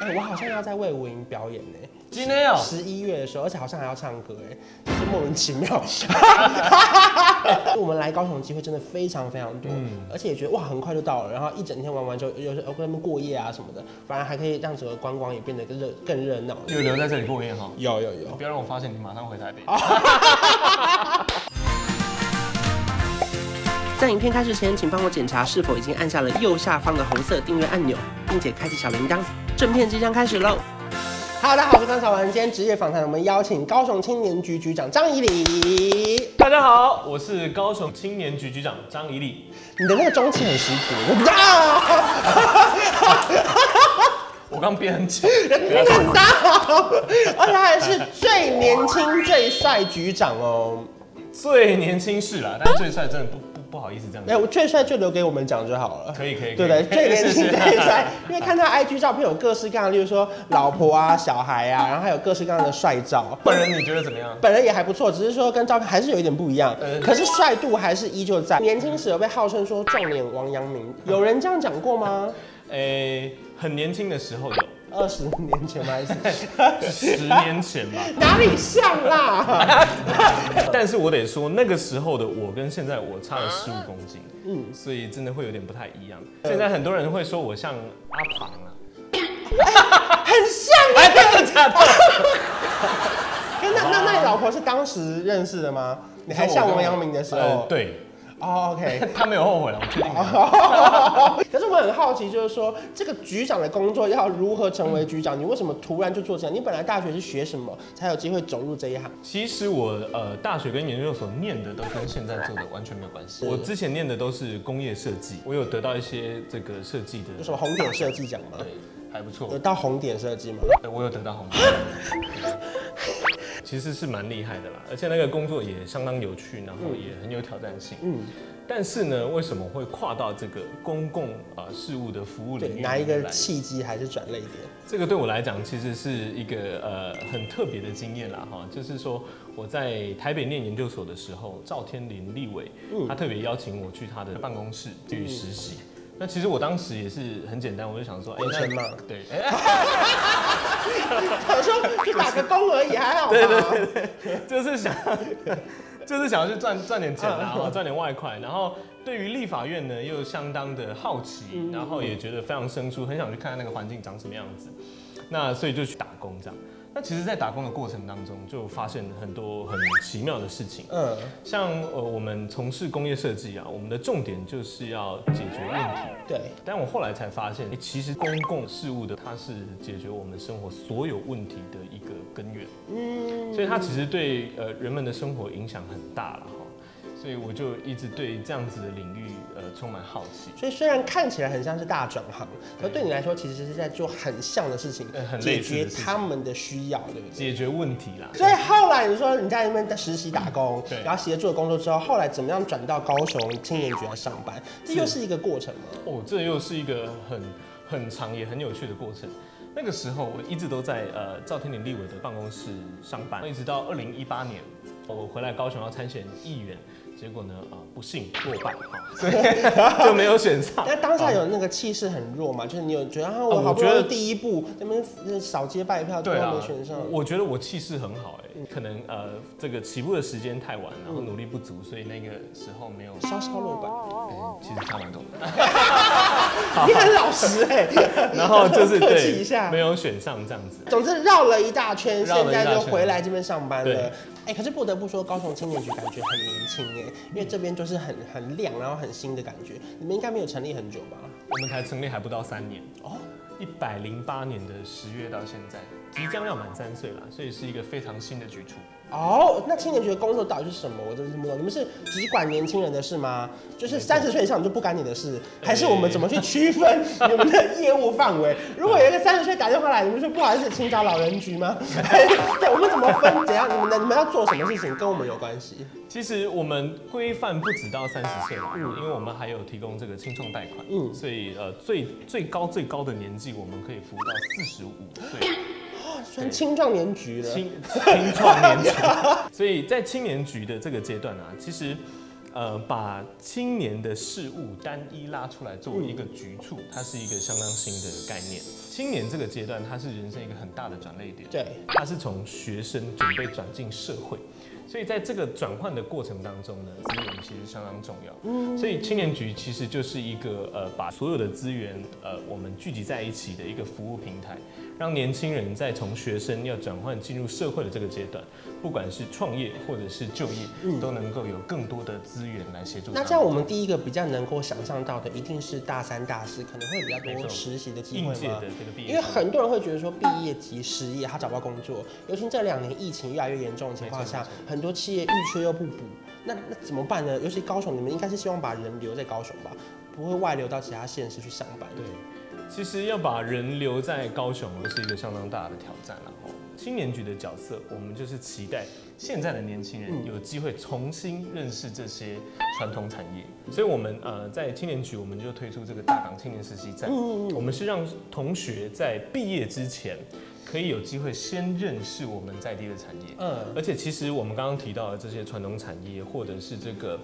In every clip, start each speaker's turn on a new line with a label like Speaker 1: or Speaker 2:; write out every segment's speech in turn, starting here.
Speaker 1: 哎、我好像要在魏无营表演呢、
Speaker 2: 今天哦，
Speaker 1: 十一月的时候，而且好像还要唱歌哎，就是莫名其妙。 我们来高雄的机会真的非常非常多，而且也觉得哇很快就到了，然后一整天玩完之后，有时候跟他们过夜啊什么的，反而还可以让整个观光也变得更热更热闹。
Speaker 2: 有留在这里过夜哈，
Speaker 1: 有有有，
Speaker 2: 不要让我发现你马上回台北。
Speaker 1: 在影片开始前，请帮我检查是否已经按下了右下方的红色订阅按钮，并且开启小铃铛。正片即将开始喽！Hello，大家好，我是张小文。今天职业访谈，我们邀请高雄青年局局长张以礼。
Speaker 2: 大家好，我是高雄青年局局长张怡礼。
Speaker 1: 你的那个中气很十足，我不知道。
Speaker 2: 我刚憋很久，
Speaker 1: 你很大， 而且他还是最年轻、最帅局长哦。
Speaker 2: 最年轻是啦，但最帅真的不不不好意思这样
Speaker 1: 哎、
Speaker 2: 讲。
Speaker 1: 我最帅就留给我们讲就好了。
Speaker 2: 可以可以，
Speaker 1: 对
Speaker 2: 可
Speaker 1: 对，最
Speaker 2: 以
Speaker 1: 年轻
Speaker 2: 是是
Speaker 1: 最帅， 因为看他 IG 照片有各式各样的，例如说老婆啊、 小孩啊，然后还有各式各样的帅照。
Speaker 2: 本人你觉得怎么样？
Speaker 1: 本人也还不错，只是说跟照片还是有一点不一样
Speaker 2: 嗯，
Speaker 1: 可是帅度还是依旧在。年轻时有被号称说重脸王阳明，有人这样讲过吗？
Speaker 2: 诶、很年轻的时候有，
Speaker 1: 二十年前吗？还 是
Speaker 2: 十年前吧。
Speaker 1: 哪里像啦？
Speaker 2: 但是我得说，那个时候的我跟现在我差了十五公斤，嗯，所以真的会有点不太一样。现在很多人会说我像阿庞啊，
Speaker 1: 很像
Speaker 2: 哎，
Speaker 1: 啊！
Speaker 2: 真的假的？
Speaker 1: 跟那那那你老婆是当时认识的吗？你还像王阳明的时
Speaker 2: 呃
Speaker 1: 候？
Speaker 2: 对，
Speaker 1: 哦，OK、
Speaker 2: 他没有后悔了，我确 定没有。
Speaker 1: o k 可是我很好奇，就是说这个局长的工作要如何成为局长？你为什么突然就做这样？你本来大学是学什么，才有机会走入这一行？
Speaker 2: 其实我呃大学跟研究所念的都跟现在做的完全没有关系。我之前念的都是工业设计，我有得到一些这个设计
Speaker 1: 有
Speaker 2: 的，
Speaker 1: 什么红点设计奖吗？
Speaker 2: 对，还不错
Speaker 1: 有。到红点设计吗？
Speaker 2: 对我有得到红包， 其实是蛮厉害的啦，而且那个工作也相当有趣，然后也很有挑战性。嗯，但是呢，为什么会跨到这个公共啊、呃事务的服务
Speaker 1: 对，
Speaker 2: 领域
Speaker 1: 拿一
Speaker 2: 里
Speaker 1: 个
Speaker 2: 面来
Speaker 1: 契机还是转了一点。
Speaker 2: 这个对我来讲，其实是一个呃很特别的经验啦，哈，就是说我在台北念研究所的时候，赵天林立委、他特别邀请我去他的办公室去实习。那其实我当时也是很简单，我就想说，哎、
Speaker 1: 有钱
Speaker 2: 那
Speaker 1: 吗
Speaker 2: 对，哎、
Speaker 1: 想说就打个工而已，还好吧？
Speaker 2: 对对就是想， 就是想要去赚赚点钱啦，
Speaker 1: 嗯
Speaker 2: 哈赚点外快。然后对于立法院呢，又相当的好
Speaker 1: 嗯
Speaker 2: 奇，然后也觉得非常生疏，很想去看看那个环境长什么样子。那所以就去打工这样。那其实，在打工的过程当中，就发现很多很奇妙的事情。
Speaker 1: 嗯，
Speaker 2: 像呃，我们从事工业设计啊，我们的重点就是要解决问题。
Speaker 1: 对，
Speaker 2: 但我后来才发现，诶其实公共事务的它是解决我们生活所有问题的一个根源，嗯，所以它其实对呃人们的生活影响很大了哈，所以我就一直对这样子的领域呃充满好奇。
Speaker 1: 所以虽然看起来很像是大转行，可对你来说其实是在做很像的事情
Speaker 2: 呃，很
Speaker 1: 解
Speaker 2: 类似的
Speaker 1: 决
Speaker 2: 事情
Speaker 1: 他们的需要，对不对？
Speaker 2: 解决问题啦，
Speaker 1: 所以后来你说你在那边在实习打工，
Speaker 2: 对
Speaker 1: 然后协助的工作之后，后来怎么样转到高雄青年局来上班？这又是一个过程吗？
Speaker 2: 哦，这又是一个很很长也很有趣的过程。那个时候我一直都在呃赵天林立委的办公室上班，一直到二零一八年，我回来高雄要参选议员，结果呢啊、呃不幸落败，哈 所以就没有选上。
Speaker 1: 那当下有那个气势很弱嘛？就是你有觉得啊，我
Speaker 2: 啊我
Speaker 1: 好不容
Speaker 2: 觉
Speaker 1: 易
Speaker 2: 得
Speaker 1: 第一步那边呃扫街拜票，最
Speaker 2: 对啊
Speaker 1: 后没选上，嗯
Speaker 2: 我觉得我气势很好哎、可能呃这个起步的时间太晚，然后努力不足，所以那个时候没有。
Speaker 1: 稍稍落败。
Speaker 2: 嗯其实差
Speaker 1: 哦
Speaker 2: 蛮多的，
Speaker 1: 你很老实哎、
Speaker 2: 然后就是
Speaker 1: 客气
Speaker 2: 对
Speaker 1: 一下
Speaker 2: 没。有选上这样子。
Speaker 1: 总之绕了一大圈，
Speaker 2: 绕
Speaker 1: 现
Speaker 2: 了一大
Speaker 1: 在
Speaker 2: 圈
Speaker 1: 就回来这边上班了
Speaker 2: 对。
Speaker 1: 哎、可是不得不说，高雄青年局感觉很年轻哎，因为这边就是很很亮，然后很新的感觉。你们应该没有成立很久吧？
Speaker 2: 我们才成立还不到三年
Speaker 1: 哦
Speaker 2: 哦，一百零八年的十月到现在，即将要满三岁了，所以是一个非常新的局处。
Speaker 1: 哦，那青年局的工作到底是什么？我真是听不懂。你们是只管年轻人的事吗？就是三十岁以上就不干你的事，还是我们怎么去区分
Speaker 2: 哎
Speaker 1: 你们的业务范围？如果有一个三十岁打电话来，你们说不好意思，请找老人局吗？ 对，我们怎么分？怎样？你们的你们要做什么事情跟我们有关系？
Speaker 2: 其实我们规范不止到三十岁啦，因为我们还有提供这个青创贷款，
Speaker 1: 嗯
Speaker 2: 嗯，所以呃最最高最高的年纪，我们可以服务到四十五岁。
Speaker 1: 哦，算青壮年局了。
Speaker 2: 青 青创年局，所以在青年局的这个阶段啊，其实。呃，把青年的事物单一拉出来作为一个局处，它是一个相当新的概念。青年这个阶段，它是人生一个很大的转捩点。
Speaker 1: 对，
Speaker 2: 他是从学生准备转进社会，所以在这个转换的过程当中呢，资源其实相当重要。
Speaker 1: 嗯
Speaker 2: 所以青年局其实就是一个呃，把所有的资源呃，我们聚集在一起的一个服务平台，让年轻人在从学生要转换进入社会的这个阶段，不管是创业或者是就业，都能够有更多的资源来协助他们。
Speaker 1: 嗯那这样我们第一个比较能够想象到的，一定是大三、大四可能会比较
Speaker 2: 没
Speaker 1: 多
Speaker 2: 错
Speaker 1: 实习的机
Speaker 2: 应
Speaker 1: 会
Speaker 2: 届
Speaker 1: 吗
Speaker 2: 的？这个毕业生，
Speaker 1: 因为很多人会觉得说毕业即失业，他找不到工作，尤其这两年疫情越来越严重的情况
Speaker 2: 没
Speaker 1: 下
Speaker 2: 错，
Speaker 1: 很多企业预缺又不补，那那怎么办呢？尤其高雄，你们应该是希望把人留在高雄吧，不会外流到其他县市去上班。
Speaker 2: 对，其实要把人留在高雄，是一个相当大的挑战了哦。青年局的角色，我们就是期待现在的年轻人有机会重新认识这些传统产业，所以我们呃在青年局我们就推出这个大港青年实习站，我们是让同学在毕业之前可以有机会先认识我们在地的产业，
Speaker 1: 嗯，
Speaker 2: 而且其实我们刚刚提到的这些传统产业，或者是这个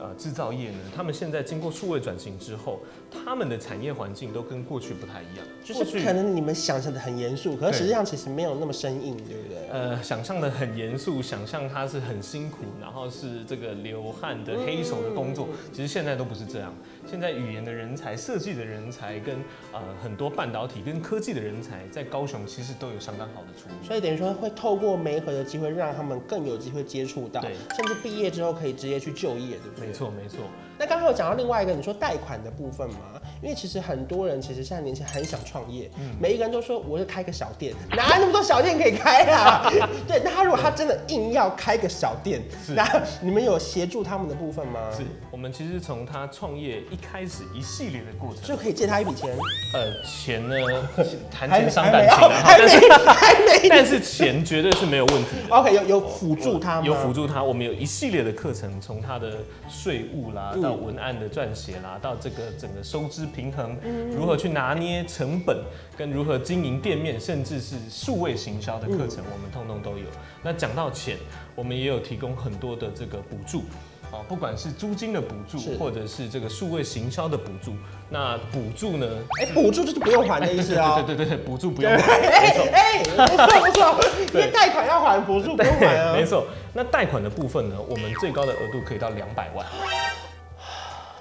Speaker 2: 呃制造业呢，他们现在经过数位转型之后，他们的产业环境都跟过去不太一样，
Speaker 1: 就
Speaker 2: 过
Speaker 1: 是
Speaker 2: 去
Speaker 1: 可能你们想象的很严肃，可是实际上其实没有那么生硬，对不对？
Speaker 2: 呃，想象的很严肃，想象它是很辛苦，然后是这个流汗的黑手的工作，
Speaker 1: 嗯
Speaker 2: 其实现在都不是这样。现在语言的人才、设计的人才，跟呃很多半导体跟科技的人才，在高雄其实都有相当好的出路。
Speaker 1: 所以等于说会透过媒合的机会，让他们更有机会接触到，
Speaker 2: 对
Speaker 1: 甚至毕业之后可以直接去就业，对不对？
Speaker 2: 没错，没错。
Speaker 1: 那刚刚有讲到另外一个，你说贷款的部分嘛，因为其实很多人其实现在年轻人很想创业，每一个人都说我就开个小店，哪有那么多小店可以开啊？对，那他如果他真的硬要开个小店，
Speaker 2: 是
Speaker 1: 那你们有协助他们的部分吗？
Speaker 2: 是，我们其实从他创业一开始一系列的过程，
Speaker 1: 就可以借他一笔钱，
Speaker 2: 呃，钱呢，谈
Speaker 1: 还
Speaker 2: 钱
Speaker 1: 没
Speaker 2: 伤
Speaker 1: 还
Speaker 2: 感
Speaker 1: 没哦
Speaker 2: 情啊，
Speaker 1: 还
Speaker 2: 但是
Speaker 1: 没还没
Speaker 2: 但是钱绝对是没有问题的。
Speaker 1: ，OK，有有辅助他吗？
Speaker 2: 有辅助他，我们有一系列的课程，从他的税务啦，
Speaker 1: 嗯
Speaker 2: 到文案的撰写啦，到这个整个收支平衡，
Speaker 1: 嗯
Speaker 2: 如何去拿捏成本，跟如何经营店面，甚至是数位行销的课
Speaker 1: 嗯
Speaker 2: 程，我们通通都有。那讲到钱，我们也有提供很多的这个补助。啊，不管是租金的补助
Speaker 1: 是，
Speaker 2: 或者是这个数位行销的补助，那补助呢？
Speaker 1: 哎，补助就是不用还的意思哦。
Speaker 2: 对对对对，补助不用
Speaker 1: 哎
Speaker 2: 还，没错。
Speaker 1: 哎，不错不错，因为贷款要还，补助不用还啊。
Speaker 2: 对， 没错。那贷款的部分呢，我们最高的额度可以到两百万。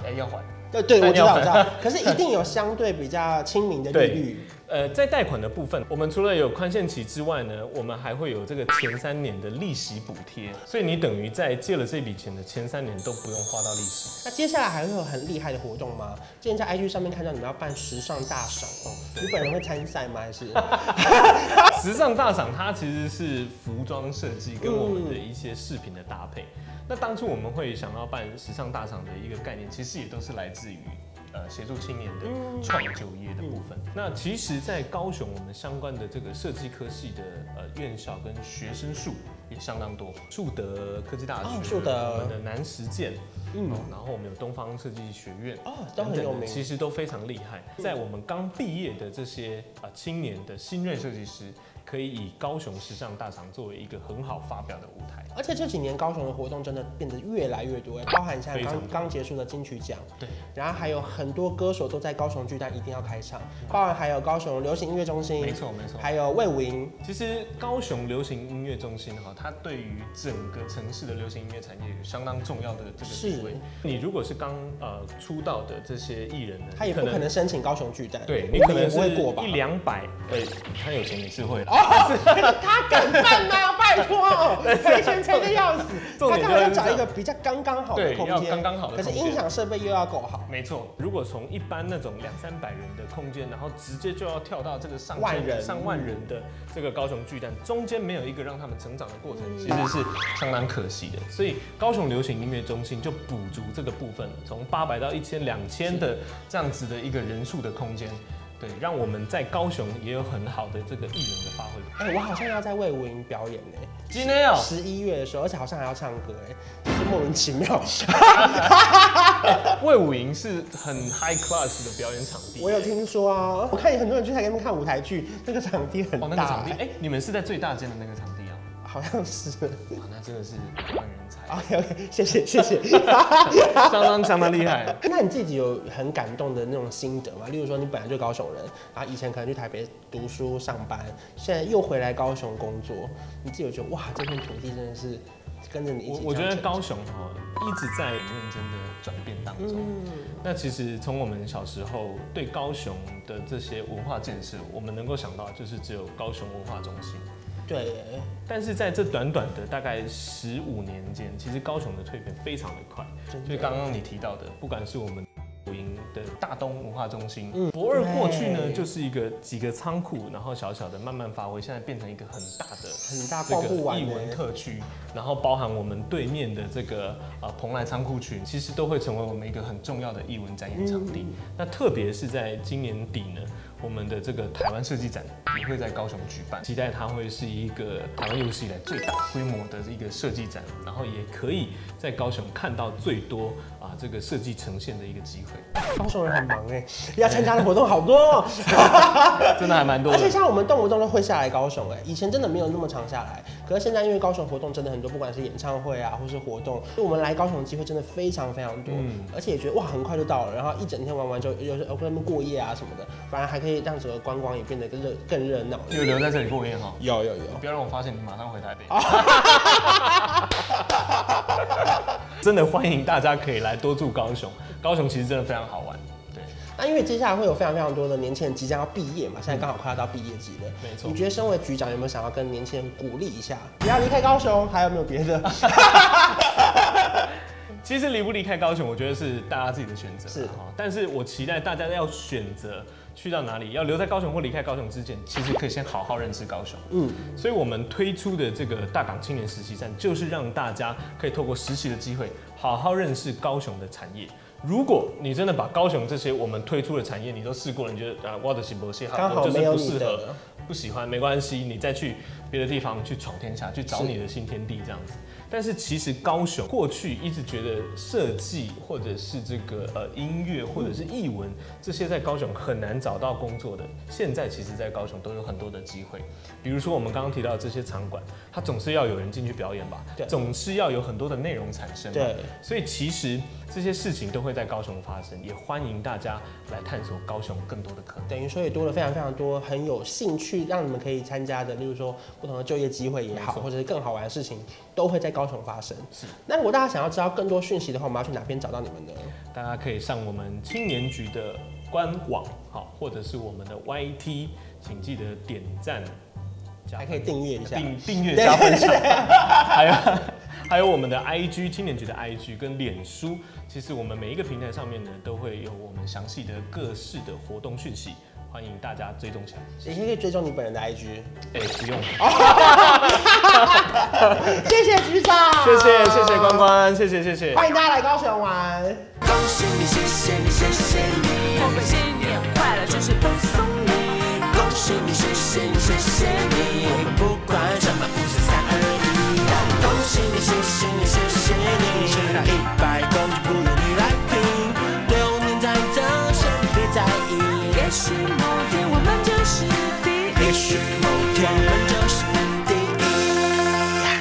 Speaker 2: 哎、要还。
Speaker 1: 对呃对，我知道，我知
Speaker 2: 但
Speaker 1: 道。可是一定有相对比较亲民的利率，
Speaker 2: 呃，在贷款的部分，我们除了有宽限期之外呢，我们还会有这个前三年的利息补贴，所以你等于在借了这笔钱的前三年都不用花到利息。
Speaker 1: 那接下来还会有很厉害的活动吗？之前在 IG 上面看到你们要办时尚大赏哦，你本人会参赛吗？还 是
Speaker 2: 时尚大赏它其实是服装设计跟我们的一些饰品的搭配。那当初我们会想要办时尚大赏的一个概念，其实也都是来自于。呃，协助青年的
Speaker 1: 嗯
Speaker 2: 创就业的部分。那其实，在高雄，我们相关的这个设计科系的呃院校跟学生数也相当多，树德科技大学、
Speaker 1: 哦树德
Speaker 2: 我们的南实践，
Speaker 1: 嗯
Speaker 2: 嗯、然后我们有东方设计学院，
Speaker 1: 哦都很有
Speaker 2: 等等的
Speaker 1: 名
Speaker 2: 其实都非常厉害。在我们刚毕业的这些啊、青年的新锐设计师，可以以高雄时尚大赏作为一个很好发表的舞台。
Speaker 1: 而且这几年高雄的活动真的变得越来越多，包含像
Speaker 2: 非常
Speaker 1: 刚
Speaker 2: 多
Speaker 1: 刚结束的金曲奖，
Speaker 2: 对，
Speaker 1: 然后还有很多歌手都在高雄巨蛋一定要开唱，包含还有高雄流行音乐中
Speaker 2: 嗯没
Speaker 1: 心，
Speaker 2: 错没错。
Speaker 1: 还有魏武营，
Speaker 2: 其实高雄流行音乐中心哈，它对于整个城市的流行音乐产业有相当重要的这个地位
Speaker 1: 是。
Speaker 2: 你如果是刚呃出道的这些艺人呢，
Speaker 1: 他也
Speaker 2: 你
Speaker 1: 不可能申请高雄巨蛋，
Speaker 2: 对
Speaker 1: 我
Speaker 2: 你
Speaker 1: 们
Speaker 2: 可能
Speaker 1: 也不
Speaker 2: 是
Speaker 1: 会过吧
Speaker 2: 一？两百，对，他有钱也是 会的。
Speaker 1: 哦他敢办吗？拜托，哦赔钱赔的要死。
Speaker 2: 重
Speaker 1: 他
Speaker 2: 点
Speaker 1: 刚
Speaker 2: 就
Speaker 1: 好
Speaker 2: 是
Speaker 1: 要找一个比较刚刚好的
Speaker 2: 对
Speaker 1: 哦空
Speaker 2: 要
Speaker 1: 间，
Speaker 2: 刚刚好的
Speaker 1: 可是
Speaker 2: 空间
Speaker 1: 音响设备又要够好，
Speaker 2: 没错，如果从一般那种两三百人的空间，然后直接就要跳到这个上千
Speaker 1: 万人
Speaker 2: 上万人的这个高雄巨蛋，中间没有一个让他们成长的过程，
Speaker 1: 嗯
Speaker 2: 其实是相当可惜的。所以高雄流行音乐中心就补足这个部分，从八百到一千、两千的这样子的一个人数的空间，对，让我们在高雄也有很好的这个艺人的发挥。
Speaker 1: 哎、我好像要在魏武营表演呢、
Speaker 2: 今天哦，
Speaker 1: 十一月的时候，而且好像还要唱歌哎、就是莫名其妙。
Speaker 2: 魏武营是很 high class 的表演场地。
Speaker 1: 我有听说啊，我看有很多人去台那边看舞台剧，那个场地很
Speaker 2: 哦，那个
Speaker 1: 大
Speaker 2: 场
Speaker 1: 欸、
Speaker 2: 地，哎、你们是在最大间的那个场地啊？
Speaker 1: 好像是。
Speaker 2: 哇，那真的是台湾人才，
Speaker 1: OK OK，谢谢谢 谢。
Speaker 2: 相当相当厉害。
Speaker 1: 那你自己有很感动的那种心得吗？例如说，你本来就高雄人，然后以前可能去台北读书上班，现在又回来高雄工作，你自己有觉得哇，这片土地真的是跟着你一起
Speaker 2: 我我觉得
Speaker 1: 这样成
Speaker 2: 高雄哈一直在很认真的转变当中。
Speaker 1: 嗯
Speaker 2: 那其实从我们小时候对高雄的这些文化建设，我们能够想到就是只有高雄文化中心。
Speaker 1: 长对耶，
Speaker 2: 但是在这短短的大概十五年间，其实高雄的蜕变非常的快。
Speaker 1: 真
Speaker 2: 就
Speaker 1: 的
Speaker 2: 是刚刚你提到的，不管是我们国营的大东文化中心，博二过去呢
Speaker 1: 对
Speaker 2: 就是一个几个仓库，然后小小的慢慢发挥，现在变成一个很大的
Speaker 1: 很大
Speaker 2: 这
Speaker 1: 逛不
Speaker 2: 个
Speaker 1: 完
Speaker 2: 艺
Speaker 1: 耶
Speaker 2: 文特区，然后包含我们对面的这个呃蓬莱仓库群，其实都会成为我们一个很重要的艺文展演场地。那特别是在今年底呢，我们的这个台湾设计展也会在高雄举办，期待它会是一个台湾有史以来最大规模的一个设计展，然后也可以在高雄看到最多啊、这个设计呈现的一个机会，
Speaker 1: 高雄人很忙哎，要参加的活动好多、哦。
Speaker 2: 真的还蛮多
Speaker 1: 而且
Speaker 2: 的。
Speaker 1: 像我们动不动都会下来高雄、哎，以前真的没有那么常下来，可是现在因为高雄活动真的很多，不管是演唱会啊，或是活动，我们来高雄的机会真的非常非常多，
Speaker 2: 嗯
Speaker 1: 而且也觉得哇，很快就到了，然后一整天玩完之后，有时候会那边过夜啊什么的，反而还可以让整个观光也变得更热更热闹。
Speaker 2: 有留在这里过夜哈，
Speaker 1: 有有有，
Speaker 2: 不要让我发现你马上回台北。 真的欢迎大家可以来多住高雄，高雄其实真的非常好玩。对，
Speaker 1: 那因为接下来会有非常非常多的年轻人即将要毕业嘛，现在刚好快要到毕业季了，
Speaker 2: 嗯没错
Speaker 1: 你觉得身为局长有没有想要跟年轻人鼓励一下，不要离开高雄？还有没有别的？
Speaker 2: 其实离不离开高雄，我觉得是大家自己的选择。
Speaker 1: 是
Speaker 2: 哈，但是我期待大家要选择去到哪里，要留在高雄或离开高雄之前，其实可以先好好认识高雄。
Speaker 1: 嗯，
Speaker 2: 所以我们推出的这个大港青年实习站，就是让大家可以透过实习的机会，好好认识高雄的产业。如果你真的把高雄这些我们推出的产业你都试过了，你觉得啊，我的行不适合，
Speaker 1: 刚好
Speaker 2: 我就是
Speaker 1: 没有
Speaker 2: 不
Speaker 1: 你
Speaker 2: 适
Speaker 1: 的
Speaker 2: 合，不喜欢没关系，你再去别的地方去闯天下，去找你的新天地这样子。但是其实高雄过去一直觉得设计呃或者是这个呃音乐或者是艺文这些在高雄很难找到工作的，现在其实在高雄都有很多的机会。比如说我们刚刚提到的这些场馆，它总是要有人进去表演吧
Speaker 1: 对，
Speaker 2: 总是要有很多的内容产生嘛。
Speaker 1: 对，
Speaker 2: 所以其实这些事情都会在高雄发生，也欢迎大家来探索高雄更多的可能。
Speaker 1: 等于说也多了非常非常多很有兴趣让你们可以参加的，例如说不同的就业机会也好，
Speaker 2: 没错
Speaker 1: 或者是更好玩的事情，都会在高雄发生。那如果大家想要知道更多讯息的话，我们要去哪边找到你们呢？
Speaker 2: 大家可以上我们青年局的官网，好，或者是我们的 YT，请记得点赞，加
Speaker 1: 还
Speaker 2: 分
Speaker 1: 可以订阅一下。
Speaker 2: 订 订阅加分享，还有还有我们的 IG 青年局的 IG 跟脸书，其实我们每一个平台上面呢都会有我们详细的各式的活动讯息，欢迎大家追踪起来。
Speaker 1: 也可以追踪你本人的 IG。
Speaker 2: 哎、不用，
Speaker 1: 谢谢局长，
Speaker 2: 谢谢谢谢关，关，谢谢谢谢。
Speaker 1: 欢迎大家来高雄玩。
Speaker 3: 恭喜你，谢谢你，谢谢你，我们新年快乐，这是恭送你。恭喜你，谢谢你，谢谢你，我们不管什么五四三二一。恭喜你，谢谢你，谢谢你，吃到一百公斤不用你来拼，六年再等，先别在意，也许某